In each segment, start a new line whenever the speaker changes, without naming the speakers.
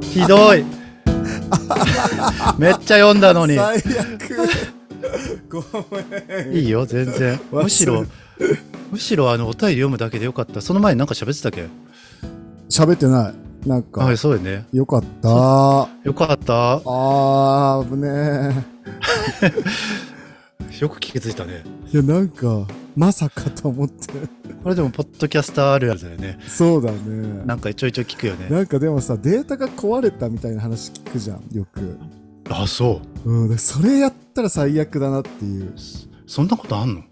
ひど いめっちゃ読んだのに
最悪ごめん
いいよ全然
忘れ
むしろむしろあのお便り読むだけでよかったその前になんか喋ってたっけ
喋ってないなんか、
はいそうよね
よかった あ
よかった
ー危ね
よく気づいたね
えいやなんかまさかと思って
これでもポッドキャスターあるあるだよね
そうだね
なんかちょいちょい聞くよね
なんかでもさデータが壊れたみたいな話聞くじゃんよく、
あそう
うん、でそれやったら最悪だなっていう
そそんなことあんの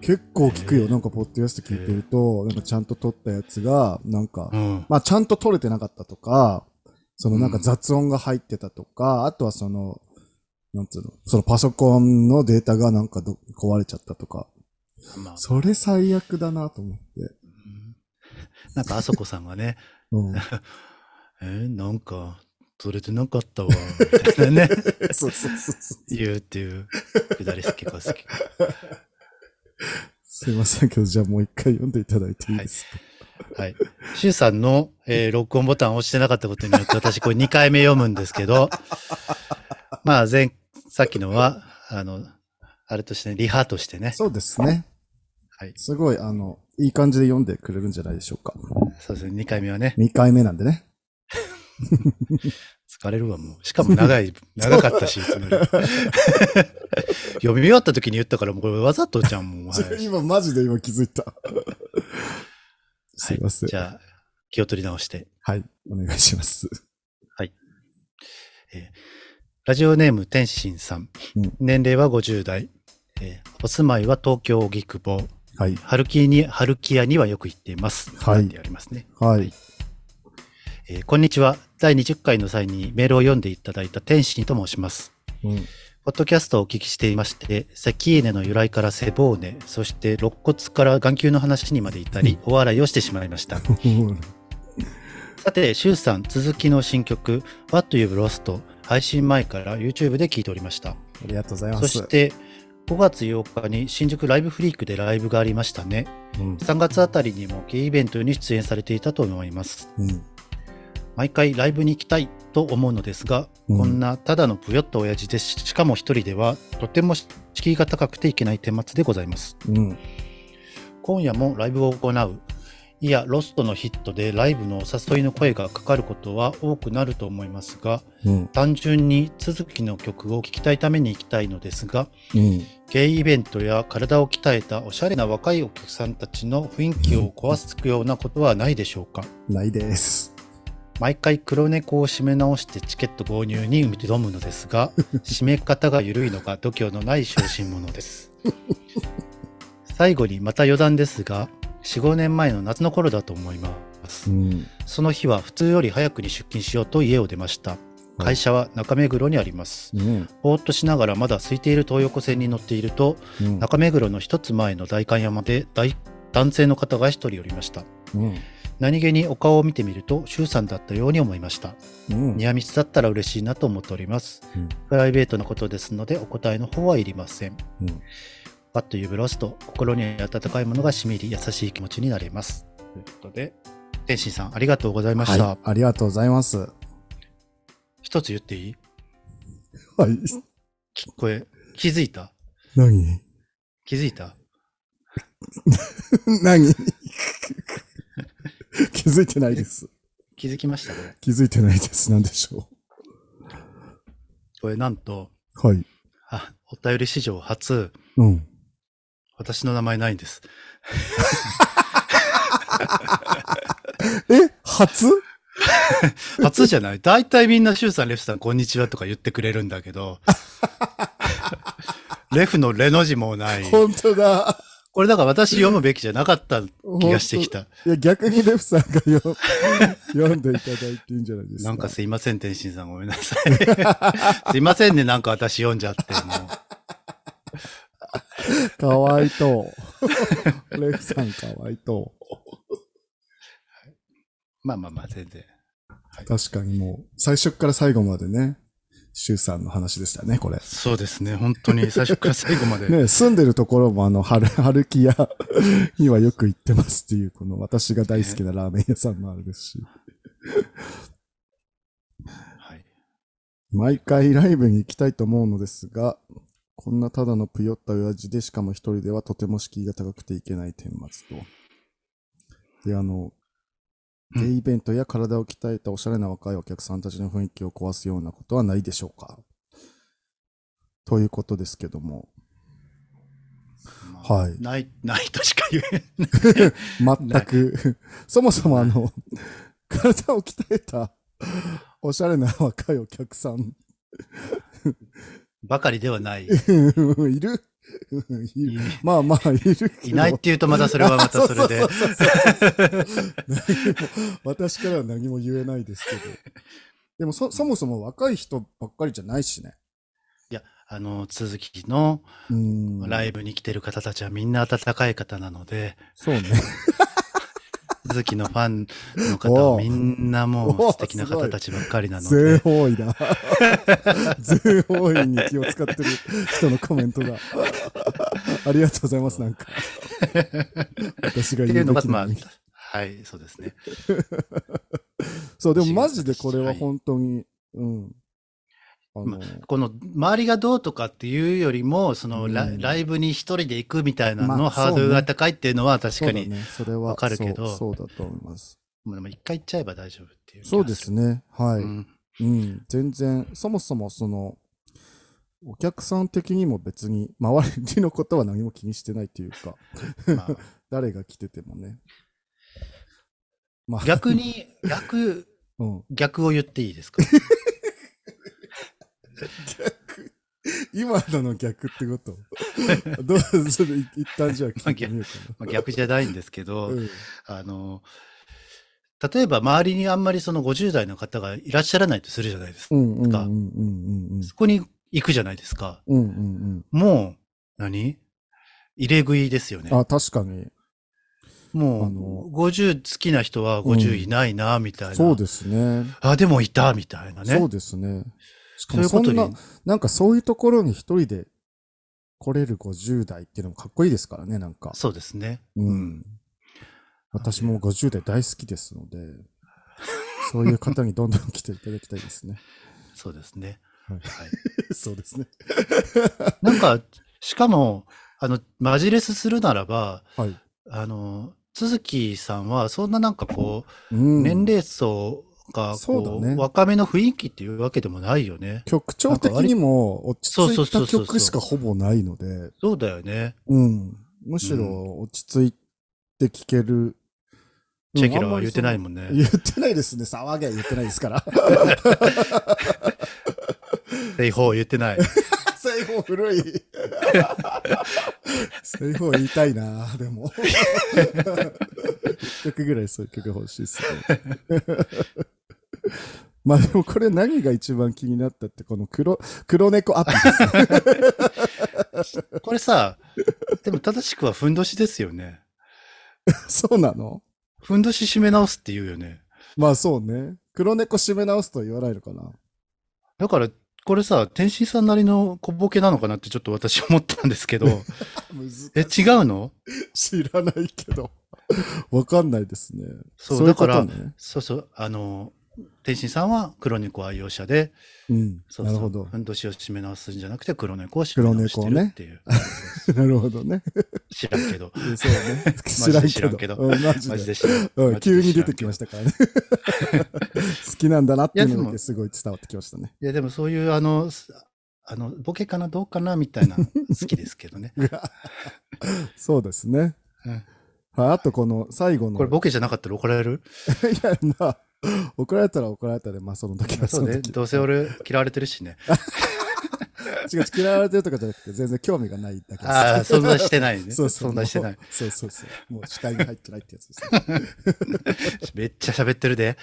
結構聞く
へ
よ
え
なんかポッドキャスト聞いてるとなんかちゃんと撮ったやつがなんか、
うん
まあちゃんと撮れてなかったとかそのなんか
うん
雑音が入ってたとか、あとはそのなんつうのそのパソコンのデータがなんかど壊れちゃったとか
まあ
それ最悪だなと思って、
うんなんかあそこさんがね
うん、
えーなんか取れてなかったわみたいなね
そうそうそうそう
言うっていうくだり好きか好きか
すいませんけどじゃあもう一回読んでいただいていいですか、
はい。シュウさんの、えー録音ボタンを押してなかったことによって、私、これ2回目読むんですけど、まあ、前、さっきのは、あの、あれとしてね、リハとしてね。
そうですね
はい。
すごい、あの、いい感じで読んでくれるんじゃないでしょうか。
そうですね、2回目はね、
2回目なんでね。
疲れるわ、もう。しかも長 い、長かったし、いつもより 読み終わった時に言ったから、もうこれわざとじゃん、もう。はい
今、マジで今気づいた。すいません
じ。ゃあ、気を取り直して。
はい、お願いします。
ラジオネーム天心さん
うん。
年齢は50代。えーお住まいは東京荻窪。
はい、
ハルキに、ハルキアにはよく行っています。
はい
なんてありますね。
はい、
えーこんにちは。第20回の際にメールを読んでいただいた天心と申します。
うん、
ポッドキャストをお聞きしていまして、セキーネの由来から背骨、そして肋骨から眼球の話にまで至り、お笑いをしてしまいま した。さて、シュウさん、続きの新曲、What You've Lost、配信前から YouTube で聞いておりました。
ありがとうございま
そ
す。
して、5月8日に新宿ライブフリークでライブがありましたね。
うん、
3月あたりにもゲイイベントに出演されていたと思います
うん、
毎回ライブに行きたいと思うのですが、
うん
こんなただのぷよっと親父でししかも一人ではとても敷居が高くていけない手末でございます
うん、
今夜もライブを行ういやロストのヒットでライブのお誘いの声がかかることは多くなると思いますが
うん、
単純に続きの曲を聴きたいために行きたいのですが
うん、
ゲイイベントや体を鍛えたおしゃれな若いお客さんたちの雰囲気を壊すようなことはないでしょうか
ないです。
毎回黒猫を締め直してチケット購入に挑むのです が締め方が緩いのか度胸のない小心者です最後にまた余談ですが45年前の夏の頃だと思います
ん、
その日は普通より早くに出勤しようと家を出ました会社は中目黒にあります
うん、
ぼーっとしながらまだ空いている東横線に乗っていると
うん、
中目黒の一つ前の代官山で大男性の方が一人おりました
うん、
何気にお顔を見てみると周さんだったように思いました
うん、
ニアミスだったら嬉しいなと思っております。
うん
プライベートなことですのでお答えの方はいりません。
うん
パッと指ロスと心に温かいものがしみ入り優しい気持ちになれます。ということで、天心さんありがとうございました。
はい、ありがとうございます。は
一つ言っていい
い、
きこれ気づいた
何
気づいた
何気づいてないです。
気づきましたこれ。
気づいてないです。なんでしょ
これなんと、
う。はい。
あ、お便り史上初、
うん。
私の名前ないんです。
え初
初じゃない 大体みんな、シュウさん、レフさん、こんにちはとか言ってくれるんだけ ど、レフのレの字もない。
本当だ。
これだから私読むべきじゃなかった気がしてきた。
いや、逆にレフさんがよ読んでいただいていいんじゃないですか。
なんかすいません、天心さんごめんなさい。 すいませんね、なんか私読んじゃって。もう
かわいとう。レフさんかわいと
まあまあまあ、全然。
う。確かにもう、最初から最後までね、シュウさんの話でしたね、これ。
そうですね、本当に最初から最後まで。
ね、住んでるところもあの、春、 春木屋にはよく行ってますっていう、この私が大好きなラーメン屋さんもあるですし。毎回ライブに行きたいと思うのですが、こんなただのぷよった親父でしかも一人ではとても敷居が高くていけない顛末と。で、あの、
うん
デイイベントや体を鍛えたおしゃれな若いお客さんたちの雰囲気を壊すようなことはないでしょうかということですけども、は い
ない、ないとしか言えない。
全く、そもそもあの、体を鍛えたおしゃれな若いお客さん
ばかりではない。
うんいる うんいる。まあまあ、いるけど。
いないっていうとまたそれはまたそれで
あ。そうそうそうそう何も 私からは何も言えないですけど。でもそ、そもそも若い人ばっかりじゃないしね。
いや、あの、続きの
うん。
ライブに来てる方たちはみんな温かい方なので、
そうね。
鈴木のファンの方
お
は
う
みんなも
おう
う素敵な方たちばっかりなの
全
で、
方位だ。全方位に気を使ってる人のコメントが。 ありがとうございます、なんか。私が
って
言
いううの
べ
が、
き
ま
な
あ
のに、
はい、そうですね。
そう、でも
違う
マジでこれは本当に、うん。あ
ま
の、
この周りがどうとかっていうよりも、そのラ,、
うん
ライブに一人で行くみたいな
ま
の
あ
ハードルが高いっていうのは確
そう
か
だ
に、
ね、それは
わかるけど
そう、そうだと思います。
もうでも一回行っちゃえば大丈夫っていう。
そうです
ね。
ね、はい。
うん
うん、全然、そもそもその、お客さん的にも別に、周りのことは何も気にしてないというか、
まあ
誰が来ててもね。まあ、
逆に、逆、
うん、
逆を言っていい ですか
逆、今のの逆ってこと どうそれ一旦じゃあ聞いてみようか
まあ逆じゃないんですけど、
な。うん
あの、例えば周りにあんまりその50代の方がいらっしゃらないとするじゃないですか。
うんうんうんうんうん
そこに行くじゃないですか。
うんうん
もう、何入れ食いですよね
うん。。あ、確かに。あ
も
の
う、50好きな人は
う
50
ん
いないな、みたいな。
そうですね。
あ、でもいた、みたいなね。
そうですね。しか
そうい
も
う
そ
こと
ん
に
な、なんかそういうところに一人で来れる50代っていうのもかっこいいですからね、なんか。
そうですね。
うん。私も50代大好きですので、そういう方にどんどん来ていただきたいです ね。
そうですね。
はい
はい、
そうですね。
なんか、しかも、あの、マジレスするならば、
はい。
あの、鈴木さんは、そんななんかこ
う
う、
ん
年齢層が
そうだ
こう、
ね
若めの雰囲気っていうわけでもないよね。
曲調的にも落ち着
そう
い
そうそ
た
うそう
曲しかほぼないので、
そうだよね。
うん。むし
う
ろ落ち着いて聴ける。
チェキラは
うん
言ってないもんね。
言ってないですね。騒げは言ってないですから。
セイホー言ってない。
西方古い。西方言いたいな、でも。1曲ぐらいそういう曲欲しいですね。 まあでもこれ何が一番気になったってこの黒、黒猫アプリですね。
これさ、でも正しくはふんどしですよね。
そうなの
ふんどし締め直すって言うよね。
まあそうね。黒猫締め直すとは言わないのかな。
だから、これさ、天心さんなりの小ボケなのかなってちょっと私思ったんですけど、
難
え、
しい
違うの
知らないけど。わかんないですね。
そう
いうこと
だ
ね。
そうそう、あの、天心さんは黒猫愛用者で、
うん。
そう
な
そう
るほど
ふ。んどしを締め直すんじゃなくて黒猫を締め直してるっていう。
なるほどね。
知らん けど。
そう ね。
ジで知らんけど
うんマジ
マジ
で
で知らん。
うん、
マジで知らんけど
急に出てきましたから ね。好きなんだなっていうの
いやで
が
も
すごい伝わってきましたね。
いや、でもそういう、あの、すあの、ボケかな、どうかな、み たいな、好きですけどね。
そうですね。
うん
はい、あとこの最後の。
これボケじゃなかったら怒られる
いや、まあ、 怒られたら怒られたで、まあその時は
そうね。どうせ
俺。
俺嫌われてるし ね。
違う、嫌われてるとかじゃなくて、全然興味がないだけです。
ああ、存在してないね。
そうそう。
存在してない
も。う。そうそうそう。もう視界に入ってないってやつですね。
めっちゃ喋ってる で。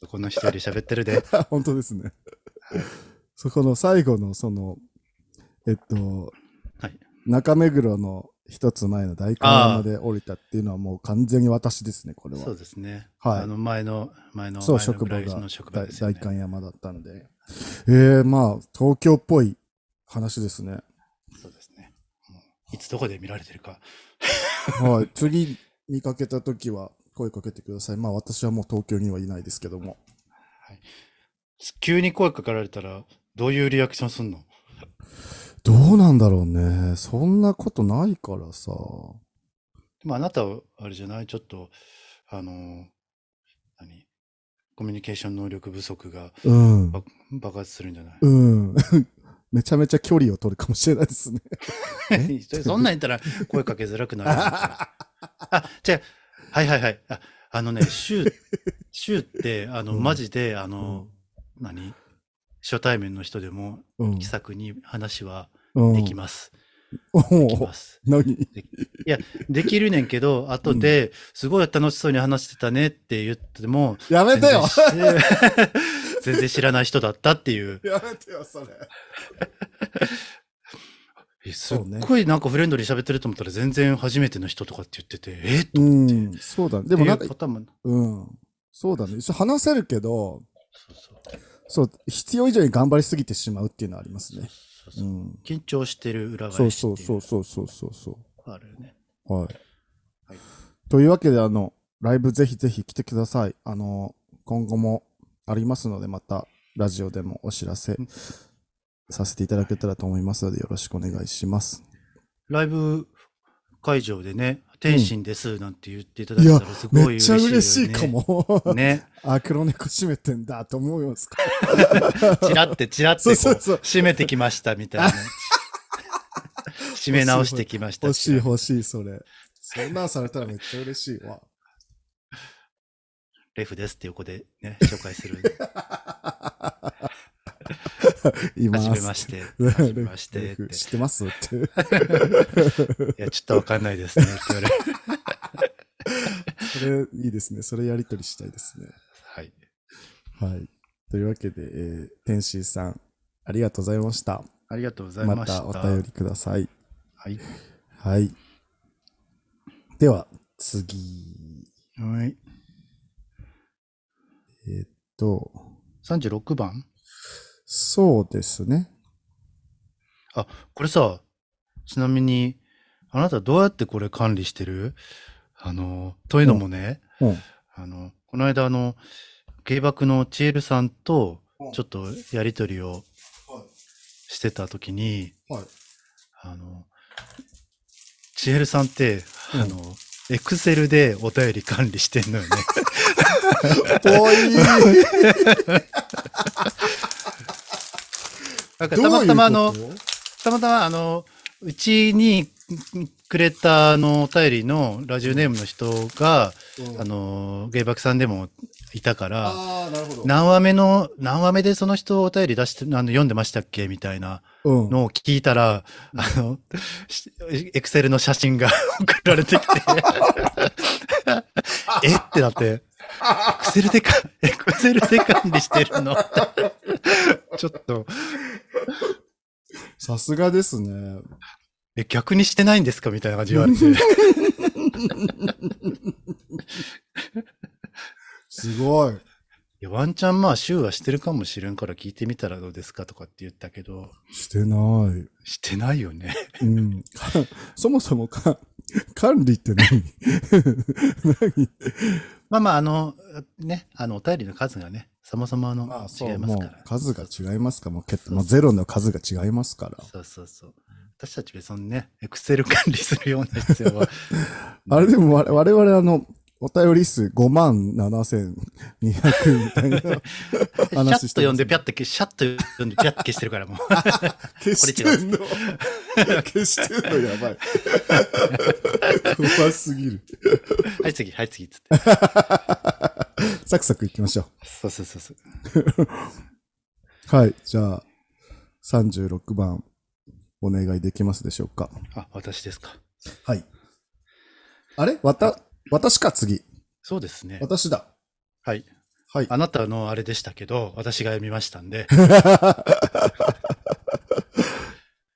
そこの人より喋ってるで。
本当ですね。そこの最後の、その、えっと、
はい
中目黒の一つ前の大観山で降りたっていうのはもう完全に私ですね、これは。
そうですね。
はい
あの前の、前の、
そう、
前の
職場
ぐらい
が
の職場
大
ですよね
大。観山だったんで。えー、まあ、東京っぽい話ですね。
そうですね。もういつどこで見られてるか。
はい。次見かけた時は声かけてください。まあ、私はもう東京にはいないですけども。
はい。急に声かかられたら、どういうリアクションすんの
どうなんだろうね。そんなことないからさ。
でもあなたは、あれじゃないちょっと、あのー、何コミュニケーション能力不足が
うん。
ば爆発するんじゃない、
うん。 めちゃめちゃ距離を取るかもしれないですね。 え
そんなん言ったら声かけづらくなるよあ、じゃあ、はいはいはい。ああのね、シュー、 シューって、あの、
うん
マジで、あ
う
の
ん、。
何初対面の人でも
うん
気。さくに話は
うん
できます。
お
でき
お
ます。
何
できるねんけど、後で、すごい楽しそうに話してたねって言っても、
やめてよ
全然し 全然知らない人だったっていう。
やめてよ、それ。
えすっ
そうね
ごいなんかフレンドリー喋ってると思ったら全然初めての人とかって言ってて、え
うん、そうだね。でもなん
って
か
いう、方も
うん。そうだね。一緒話せるけど、
そうそう
そう、必要以上に頑張りすぎてしまうっていうのはありますね。
そう
う。
そうん緊張してる裏返し
そうそうそううそうそうそうそ
あるよね。
う。はい。
はい
というわけで、あの、ライブぜひぜひ来てください。あの、今後もありますので、またラジオでもお知らせ
うん
させていただけたらと思いますので、よろしくお願いします。
ライブ会場でね、天心ですなんて言っていただけたらすごい
めっ
嬉し
ち
い
ゃ
よ、ね。
嬉しいか。も。
ね。
あ、黒猫閉めてんだと思います か。
チラってチラってこ
そうう そうそう
締めてきましたみたいな。締め直してきました。
欲しい欲しい、それ。そんなんされたらめっちゃ嬉しいわ。
レフですって横でね、紹介する。
いま
は
す。
じめま して。はじめましてっ
ルフ
て。
知ってますって。
いや、ちょっとわかんないですね。って言われる
それ、いいですね。それやりとりしたいですね。
はい。
はい。というわけで、えー、天心さん、ありがとうございました。
ありがとうござい
ま
ましたた。
お便りください。
はい。
はい。では、次。
はい。
えーっと、
36番
そうですね。
あ、これさ、ちなみに、あなたどうやってこれ管理してるあの、というのもね、
うん。
あの、この間あの、芸爆のチエルさんと
うん、
ちょっとやりとりをしてた時に、
はい。
あの、ちえるさんって、
うん
あの、エクセルでお便り管理してんの よね。
遠い
なんか
どう
たまたまあの
い、うこと
たまたまあの、うちにくれたあのお便りのラジオネームの人が、
うん
あの、芸爆さんでもいたから、
あー、なるほど。
何話目の、何話目でその人お便り出して、あの読んでましたっけみたいな
うん。
のを聞いたら、あの、エクセルの写真が 送られてきて、えってなって、エクセルでか、エクセルで管理してるの ってちょっと、
さすがですね。
え、逆にしてないんですかみたいな感じで言われて、
すごい。
いやワンチャンまあ、週はしてるかもしれんから聞いてみたらどうですかとかって言ったけど、
してない。
してないよね。
うん、かそもそもか管理って何 何
まあまあ、あの、ね、あの、お便りの数がね、そもそもあの、
まあそ、
違いうます
も
から
う。数が違いますから、もう決定、もうゼロの数が違いますから。
そうそうそう。私たち別にね、エクセル管理するような必 要は。
あれでも我我々あの、お便り数5万7200みた いな
シャッ
話
と
して
読んで、ピャッと消し、シャッと読んで、ピャッと消してるからもう。
消してんの消してんのやばい。 怖すぎる。
はい、次、はい、次、つって。
サクサクいきましょ
そうそうそうそう。
う。はい、じゃあ、36番、お願いできますでしょうか。
あ、私ですか。
はい。あれわた、私か次。
そうですね。
私だ。
はい。
はい。
あなたのあれでしたけど、私が読みましたん で。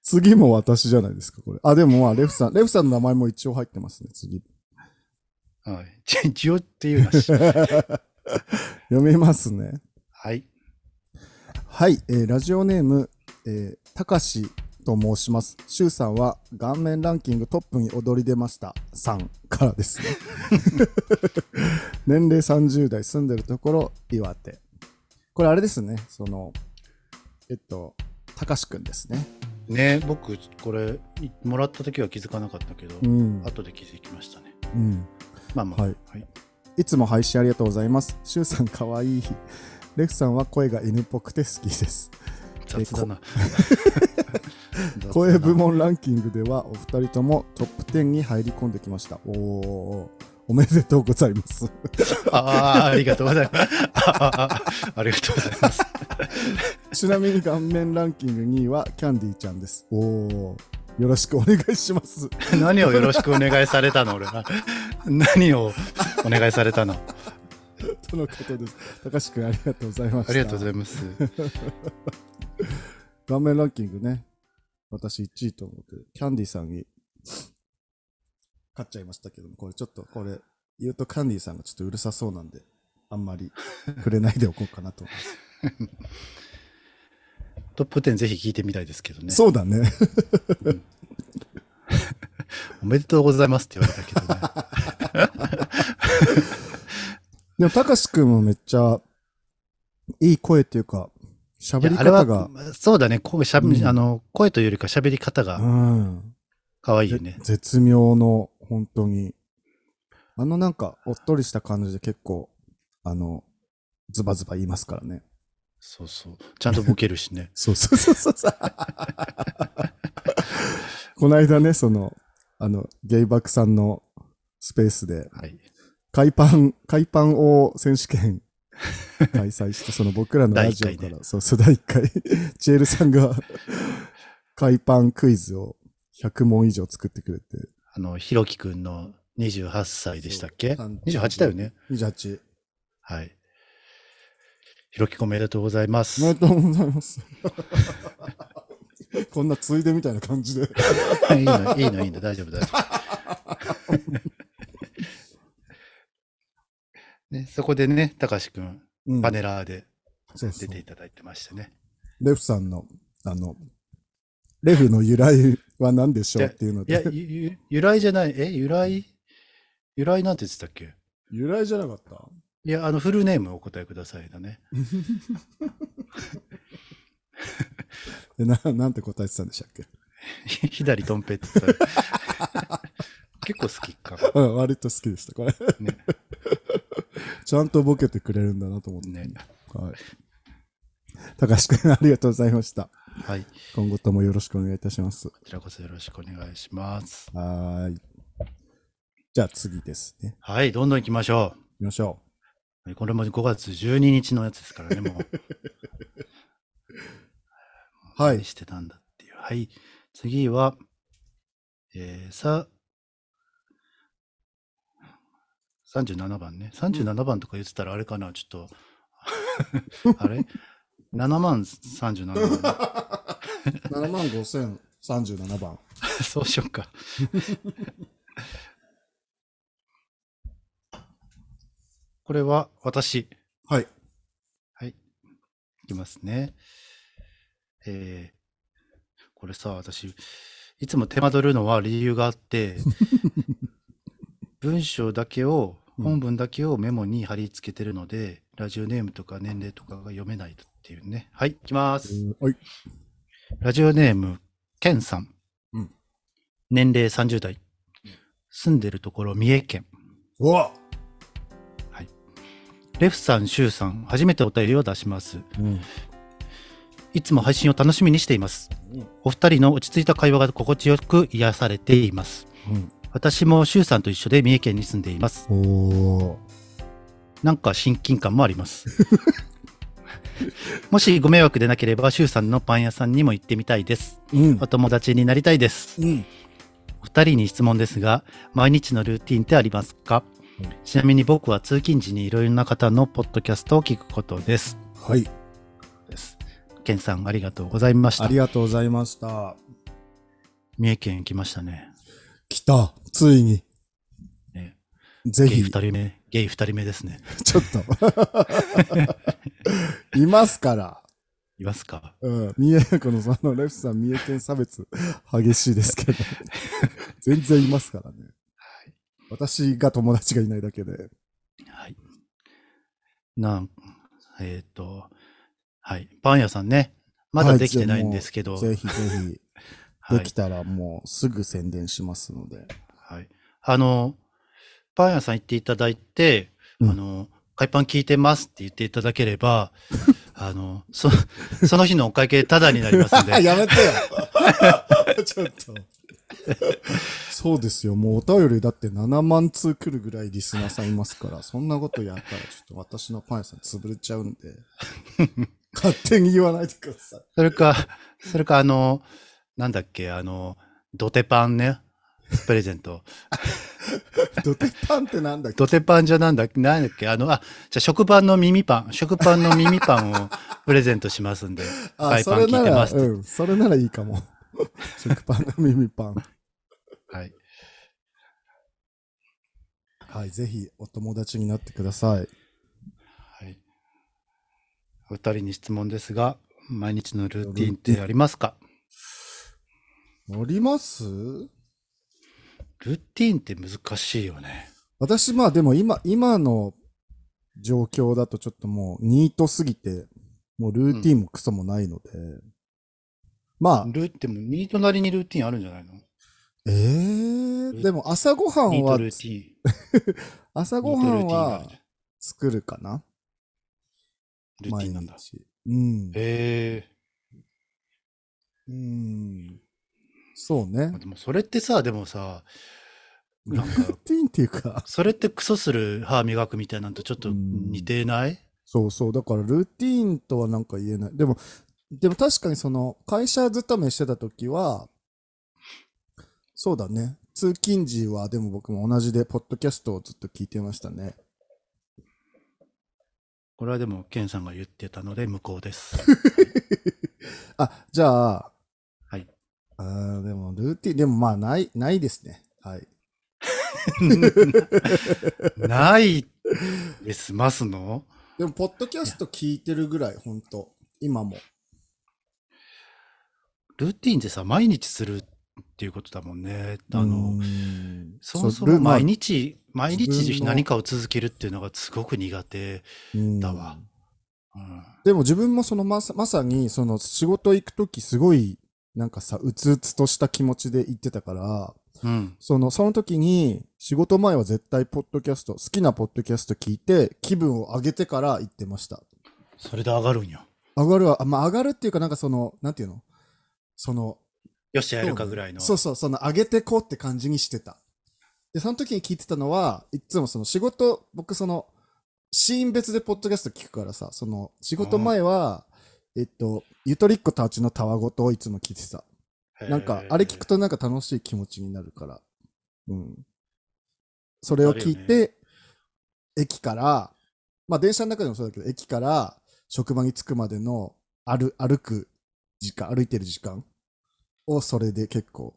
次も私じゃないですか、これ。あ、でもまあ、レフさん、レフさんの名前も一応入ってますね、次。
はい。一応っていうなし。
読みますね。
はい。
はい、えーラジオネーム、えーたかしと申します。しゅうさんは顔面ランキングトップに躍り出ました。さんからですね。年齢30代、住んでるところ、岩手。これあれですね、その、えっと、たかしくんですね。
ね僕これいもらった時は気づかなかったけど、
うん。
後で気づきましたね
うん。
まあまあ
はいいつも配信ありがとうございます。しゅうさんかわいい。レフさんは声が犬っぽくて好きです。
雑だ な雑だな
声部門ランキングではお二人ともトップ10に入り込んできました。おおー、おめでとうございます。
ああありがとうございます ああありがとうございます
ちなみに顔面ランキング2位はキャンディーちゃんです。おお、よろしくお願いします。
何をよろしくお願いされたの俺は 何をお願いされたのあ
とのことです。高橋くんありがとうございました。
りがとうござい
ま
ます
す。顔面ランキングね、私1位と思って、キャンディーさんに 勝っちゃいましたけども、これちょっと、これ言うとキャンディーさんがちょっとうるさそうなんで、あんまり触れないでおこうか なと思います。
トップ10ぜひ聞いてみたいですけどね
そうだね。
おめでとうございますって言われたけどね
でも、高橋くんもめっちゃ、いい声っていうか、喋
い
り
やあ
方
れは
が、
そうだね声しゃべ、
うん
あの声というよりか喋り方が
うん。
可愛いよね
ぜ絶妙の、本当に。あのなんか、おっとりした感じで結構、あの、ズバズバ言いますからね。
そうそうちゃんとボケるしね
そうそうそうそう そう。この間ね、その、あの、ゲイバクさんのスペースで、
はい
海パン、海パン王選手 権開催して、その僕らのラジオ
第一
か
回
ら、
ね
そうそう、第1回、チエルさんが海パンクイズを100問以上作ってくれて、
あのひろきくんの28歳でしたっけ
そう
28だよね
28。
はいひろきくんおめでとうございます
おめでとうござい ます。こんなついでみたいな感じで。
いいの、いいの、いいの、大丈夫、大丈夫。 ね、そこでね、たかしくん、
うん
パネラーで
そうそ
出
う
ていただいてましてね。
レフさんの、あの、レフの由来は何でしょうっていうの
いや、
で。
ゆゆ由来じゃない、え、由来由来なんて言ってたっけ
由来じゃなかった
いや、あの、フルネームお答えくださいだね。
でななんて答えてたんでしたっけ
左とんぺって言ったら 結構好きかも
うん、割と好きでした、これ。
ね
ちゃんとボケてくれるんだなと思って。
ね。
はい。高橋くん、ありがとうございました。
はい。こ
今後ともよろしくお願いいたします。
ちらこそよろしくお願いします。
はーい。じゃあ次ですね。
はい、どんどん行きましょう。
行きまし ょ
これも5月12日のやつですから ね、もう。
う。はい
何。してたんだっていう。はい。次は、えー、さ、37番ね。37番とか言ってたらあれかな、ちょっ と。あれ ?7 万37番。
7万5037番。
そうしよう か。これは私。
はい。
はい。いきますね。えーこれさ、私、いつも手間取るのは理由があ って、文章だけを、
うん
本文だけをメモに貼り付けてるので、ラジオネームとか年齢とかが読めないっていうね。はい、いきます。
はい。
ラジオネーム、ケンさん。
うん
年齢30代。住んでるところ、三重県。
うわ
レフさん、シュウさん、初めてお便りを出します。
うん。
いつも配信を楽しみにしています。お二人の落ち着いた会話が心地よく癒されています。私もシュウさんと一緒で三重県に住んでいます。
うん。おー。
なんか親近感もあり ます。もしご迷惑でなければ、シュウさんのパン屋さんにも行ってみたいです。
うん
お。友達になりたいです。
うん。
お二人に質問ですが、毎日のルーティンってありますか
うん
ちなみに僕は通勤時にいろいろな方のポッドキャストを聞くことです。
はい。
ですケンさんありがとうございまし
あ
た
り。がとうございました。
三重県来ましたね。
来た。ついに。
ね
ぜ
ゲイ
ひ、
二人目、ゲイ二人目ですね。
ちょっと。 いますから。
いますか
うん。三重、この、その、レフさん、三重県差別、激しいですけど。 全然いますからね。私が友達がいないだけで。
はい。なん、えっ、と、はい。パン屋さんね。まだできてないんですけど。
ぜひぜひ、
は
で
い
き。たらもうすぐ宣伝しますので。
はい。あの、パン屋さん行っていただいて、
うん
あの、海パン聞いてますって言っていただけれ ば、あの、そ、その日のお会計タダになりますんで。
やめてよ ちょっと。そうですよ。もうお便りだって7万通来るぐらいリスナーさんいますから、そんなことやったらちょっと私のパン屋さん潰れちゃうん で、勝手に言わないでください。
それか、それか、あの、なんだっけ、あの、ドテパンね。プレゼント。
ドテパンってなんだっけ
ドテパンじゃなんだっけ、なんだっけ、あの、あ、じゃあ食パンの耳パン、食パンの耳パン をプレゼントしますんで、
あ、
海
そ
パン
れな
聞いて
ら、
ますって。
うん、それならいいかも。 食パンの耳パン。
はい。
はい、ぜひお友達になってください。
はい。お二人に質問ですが、毎日のルーティンってありますか
乗ります
ルーティンって難しいよね。
私、まあでも今、今の状況だとちょっともうニートすぎて、もうルーティンもクソもないので、まあ、
ルーティンも、ニートなりにルーティンあるんじゃないの
えー、でも朝ごはん
ニート
は、
ルーティン。
朝ご
ニー
は
トルー
ん
ティンがあ
は
るじゃん
作るかな
ルーティンなんだ
毎。日うん。
へえ
うん。そうね
ー。。でもそれってさ、でもさ、なん
ルー
か、
ティンっていうか、
それってクソする歯磨くみたいなんとちょっと似てない
そうそう。だからルーティーンとはなんか言えない。でも、でも確かにその会社勤めしてた時は、そうだね。通勤時はでも僕も同じで、ポッドキャストをずっと聞いてましたね。
これはでも、ケンさんが言ってたので、無効です。
あ、じゃあ、
はい。
あーでもルーティーン、でもまあない、ないですね。はい。
ないで済ますの
でも、ポッドキャスト聞いてるぐらい、ほんと。今も。
ルーティンってさ、毎日するっていうことだもんね。あの、
うーん、
そもそ
ル
も
ーまあ
毎日、毎
自分
日
の
何かを続けるっていうのがすごく苦手。
うん
だわうん
でも自分もそのまさまさにその仕事行くときすごいなんかさうつうつとした気持ちで行ってたから
うん。
そのその時に仕事前は絶対ポッドキャスト好きなポッドキャスト聞いて気分を上げてから行ってました
それで上がるんよ。
上がるはあまあ上がるっていうかなんかそのなんていうのその
よっしゃ、やるかぐらいの。
そうそうその上げてこうって感じにしてたでその時に聞いてたのはいつもその仕事僕そのシーン別でポッドキャスト聞くからさその仕事前は、えっとゆとりっ子たちのたわごとをいつも聞いてたなんかあれ聞く
と。
となんか楽しい気持ちになるからうんそれを聞いて、駅からまあ電車の中でもそうだけど駅から職場に着くまでの歩歩く時間歩いてる時間をそれで結構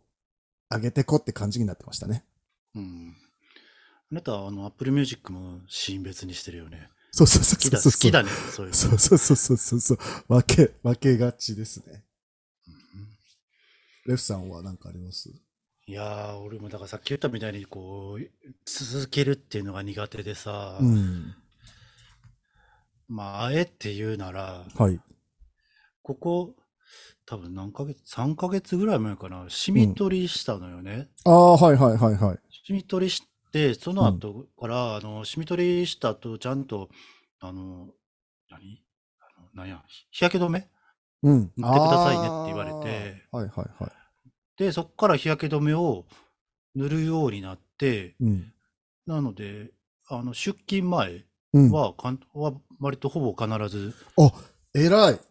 上げてこって感じになってましたね
うん。あなたは、あの、Apple Music もシーン別にしてるよね。
そうそうそ
好き
う
だ、好
そうそう
きだね。そういうの。
そうそうそうそうそうそう分け分けがちですね
うん
レフさんは何かあります
いやー、俺もだからさっき言ったみたいに、こう、続けるっていうのが苦手でさ、
うん
まあ、あえて言うなら、
はい
ここ、多分何ヶ月、3ヶ月ぐらい前かな、シミ取りしたのよね。
ああはいはいはいはい
シミ取りして、その後から、あの、シミ取りした後、ちゃんと、あの、何あのなんや、日日焼け止め
うん
塗ってくださいねって言われて
あーはいはいは
で、そこから日焼け止めを塗るようになって、
いうん
なので、あの、出勤前
うん
は、かんは割とほぼ必ず
偉い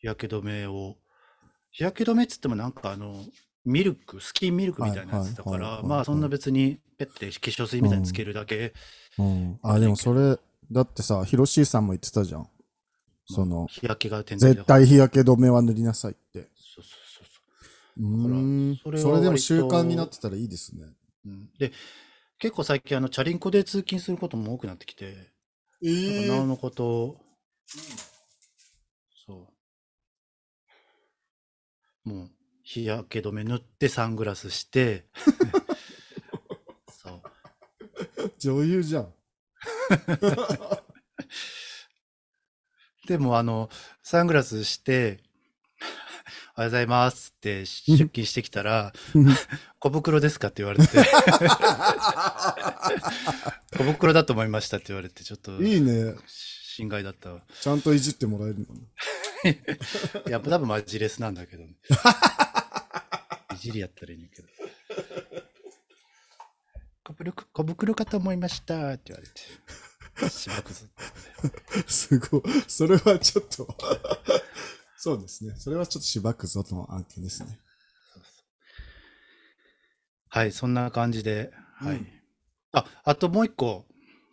日焼け止めを、日焼け止めっつってもなんかあの、ミルク、スキンミルクみたいなやつだか
はいはいは
ら、
いはい
まあそんな別にペッて化粧水みたいにつけるだけ、
うん、あでもそれだってさヒロシーさんも言ってたじゃんその
日焼けが点
絶対日焼け止めは塗りなさいって
そうそうそうそう
うーんそ
そ
れ
れは
でも習慣になってたらいいですね
うんで、結構最近、あの、チャリンコで通勤することも多くなってきて、なんかなおのこと、そう。もう、日焼け止め塗ってサングラス して、そう。
女優じゃん
でも、あの、サングラスして、おはようございますって出勤してきたら、 小袋ですかって言われて、小袋だと思いましたって言われて、ちょっと、
いいね。
心外だったわ。
ちゃんといじってもらえるのね。
いや、多分マジレスなんだけどね。いじりやったらいいんだけど。小袋小袋かと思いましたって言われて。しばくず
すごい。それはちょっと、 そうですね。それはちょっとしばくぞとの案件ですね。
はい、そんな感じで。はい。
うん
あ、あともう一個、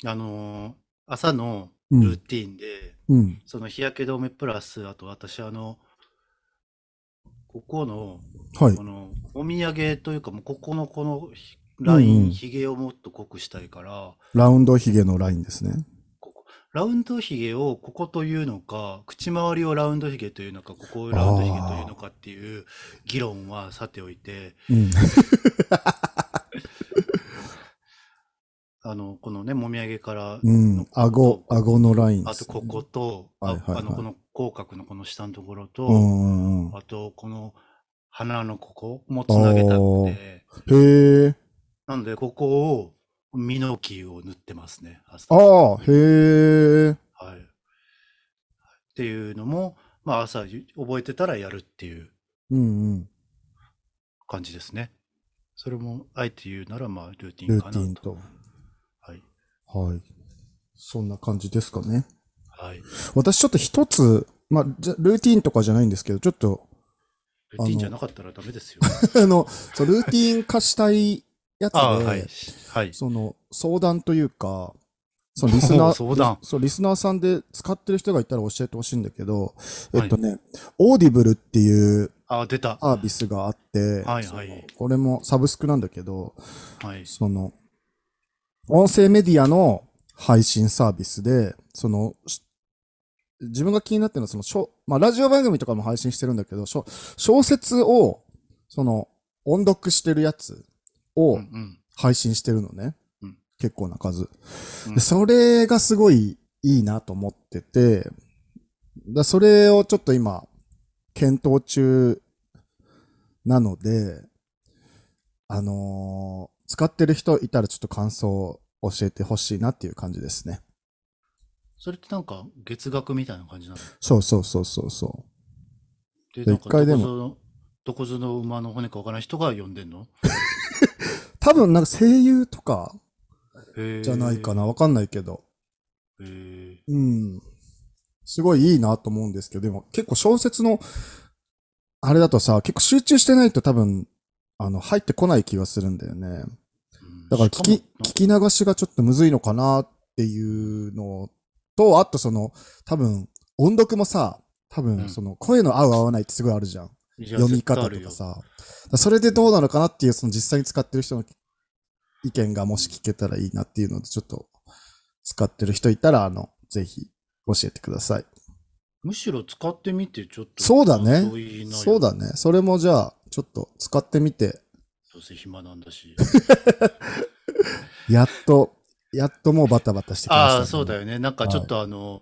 あのー朝の
う
ルー
ん。
ティンで、
うん。
その日焼け止めプラス、あと私、あの、ここの、
はい
こ。の、お土産というか、もうここのこのひライン、
うんうん
ひげをもっと濃くしたいから、
ラウンドヒゲのラインですね。
ここラウンドヒゲをここというのか、口周りをラウンドヒゲというのか、ここをラウンドヒゲというのかっていう議論はさておいて、
うん。
あの、このね、もみあげから
うん。顎、顎のラインで
あ
す、
と
ね。
ここと、
はい
あ
はいはい
あのこの口角のこの下のところと、
うんうんうん。
あとこの鼻のここもつなげたくて、
へえ。
なのでここをミノキを塗ってますね。朝
ああ、へえ。
はい。っていうのも、まあ朝ゆ覚えてたらやるっていう
うんうん。
感じですね。それもあえて言うならまあルーティン
ル
かな
ーテ
と。
ィンと。
はい。
はい。そんな感じですかね。
はい。ル
私ちょっと一つ、まあ、じゃルーティンとかじゃないんですけど、ちょっと、
ーティンじゃなかったらダメですよ。
あの、そうルーティン化したいやつ で、
ああ、はい。はい。
その、相談というか、そのリス ナ
お
ー、
う相談
リそう、リスナーさんで使ってる人がいたら教えてほしいんだけど、
はい
えっとね、オーディブルっていう
ああ、出た。
サービスがあって、
はいはい
そのこれもサブスクなんだけど、
はい。
その、音声メディアの配信サービスで、その、し自分が気になってるのは、そのしょ、まあ、ラジオ番組とかも配信してるんだけど、しょ小説を、その、音読してるやつ
う
を
んうん。
配信してるのね。
うん
結構な数、
うん
で。それがすごいいいなと思ってて、だそれをちょっと今、検討中なので、あのー使ってる人いたらちょっと感想を教えてほしいなっていう感じですね。
それってなんか月額みたいな感じなの
そうそうそうそうそ
で、
で
なんか
一回でも
どこぞの、どこぞの馬の骨かわからない人が呼んでんの
う。多分なんか声優とかじ
じ
ゃないか。な。わかんないけど。
へー
うん。すごいいいなと思うんですけど、でも結構小説の、あれだとさ、結構集中してないと多分、あの、入ってこない気がするんだよね。
うん
だから聞き、
しも
聞き流しがちょっとむずいのかなっていうのと、あとその、多分、音読もさ、多
うん
分、その、声の合う合わないってすごいあるじゃん。
いや
読み方
絶対あ
とか
る
さ。だからそれでどうなのかなっていう、その実際に使ってる人の意見がもし聞けたらいいなっていうので、ちょっと、使ってる人いたら、あの、ぜひ、教えてください。
むしろ使ってみて、ちょっと。
そうだね
感想いいなよ
そうだね。それもじゃあ、ちょっと使ってみて、
どうせ暇なんだ し。
やっと、やっともうバタバタしてきました、
ああ、そうだ。よね。なんかちょっとあの、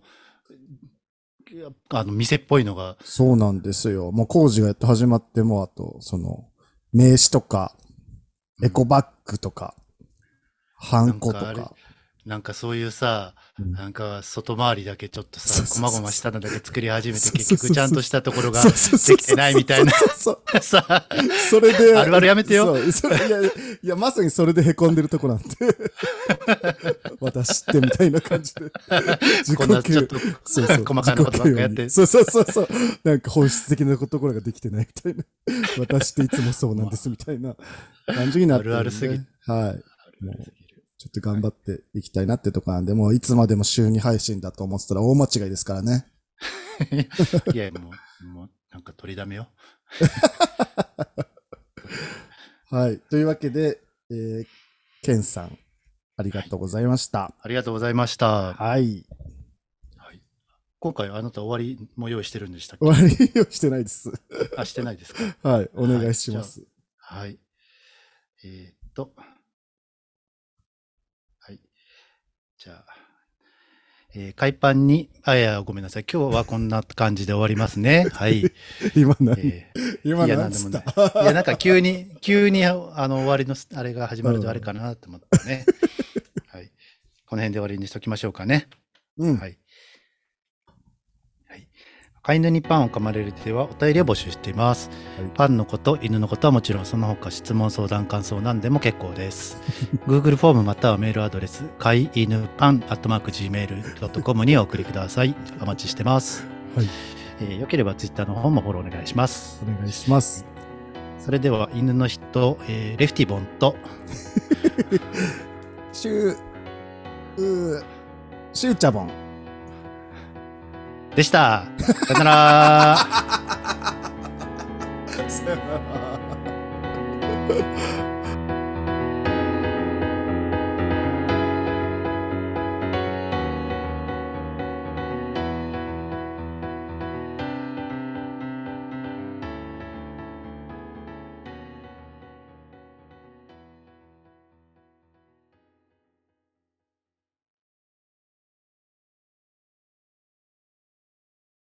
あの、店っぽいのが、
そうなんですよ。もう工事がやっと始まって、もうあと、その、名刺とか、エコバッグとか、ハンコと
なんか
か。
なんかそういうさ、
うん
なんか外回りだけちょっと
そ
さ、
うそう
こ
そ
ま
う
ごましたのだけ作り始めて、
そうそう
結
そう
局ちゃんとしたところが
そうそうそう
できてないみたいな
そうそう
さ、
そうそれで。
あるあるやめてよ
そう。それいや、いや、まさにそれで凹んでると こなんで。私ってみたいな感じで。自
こんなちょっと
そうそう
細かいことばっかやっ
自己嫌悪
て
に。そうそうそうそう。なんか本質的なところができてないみたいな。私っていつもそうなんですみたいな感じになってんで
あるあるすぎ
はい。もう
あるすぎる
ちょっと頑張っていきたいなってとこなんで、もういつまでも週2配信だと思ってたら大間違いですからね。
いや、もう、もう、なんか取りだめよ。
はい。というわけで、えー、ケンさん、ありがとうございました。
ありがとうございました。
はい。
今回あなた終わりも用意してるんでしたっ
終わりをしてないです。
けあ、してないですか
はい。お願いします。
はい。えーっと。はい。じゃあ、えー、海パンに、あ、いや、ごめんなさい。今日はこんな感じで終わります ね。はい。
今何、
え
今
いや
何つった
なんーいや、なんか急に、急に、あの、終わりの、あれが始まるとあれかなと思ってね。はい。この辺で終わりにしときましょうかね。
うん。
はい。はい。飼い犬にパンを噛まれるではお便りを募集しています。
はい
パンのこと、犬のことはもちろん、その他質問、相談、感想、何でも結構 です。Google フォームまたはメールアドレス、飼い犬パン、アットマーク、gmail.com にお送りください。お待ちしてます。
はい
えーよければ Twitter の方もフォローお願いします
お。願いします。
それでは、犬の人、えーレフティボンと、
シュー、うー、シューチ ャボン。
でした。さよなら。
さよなら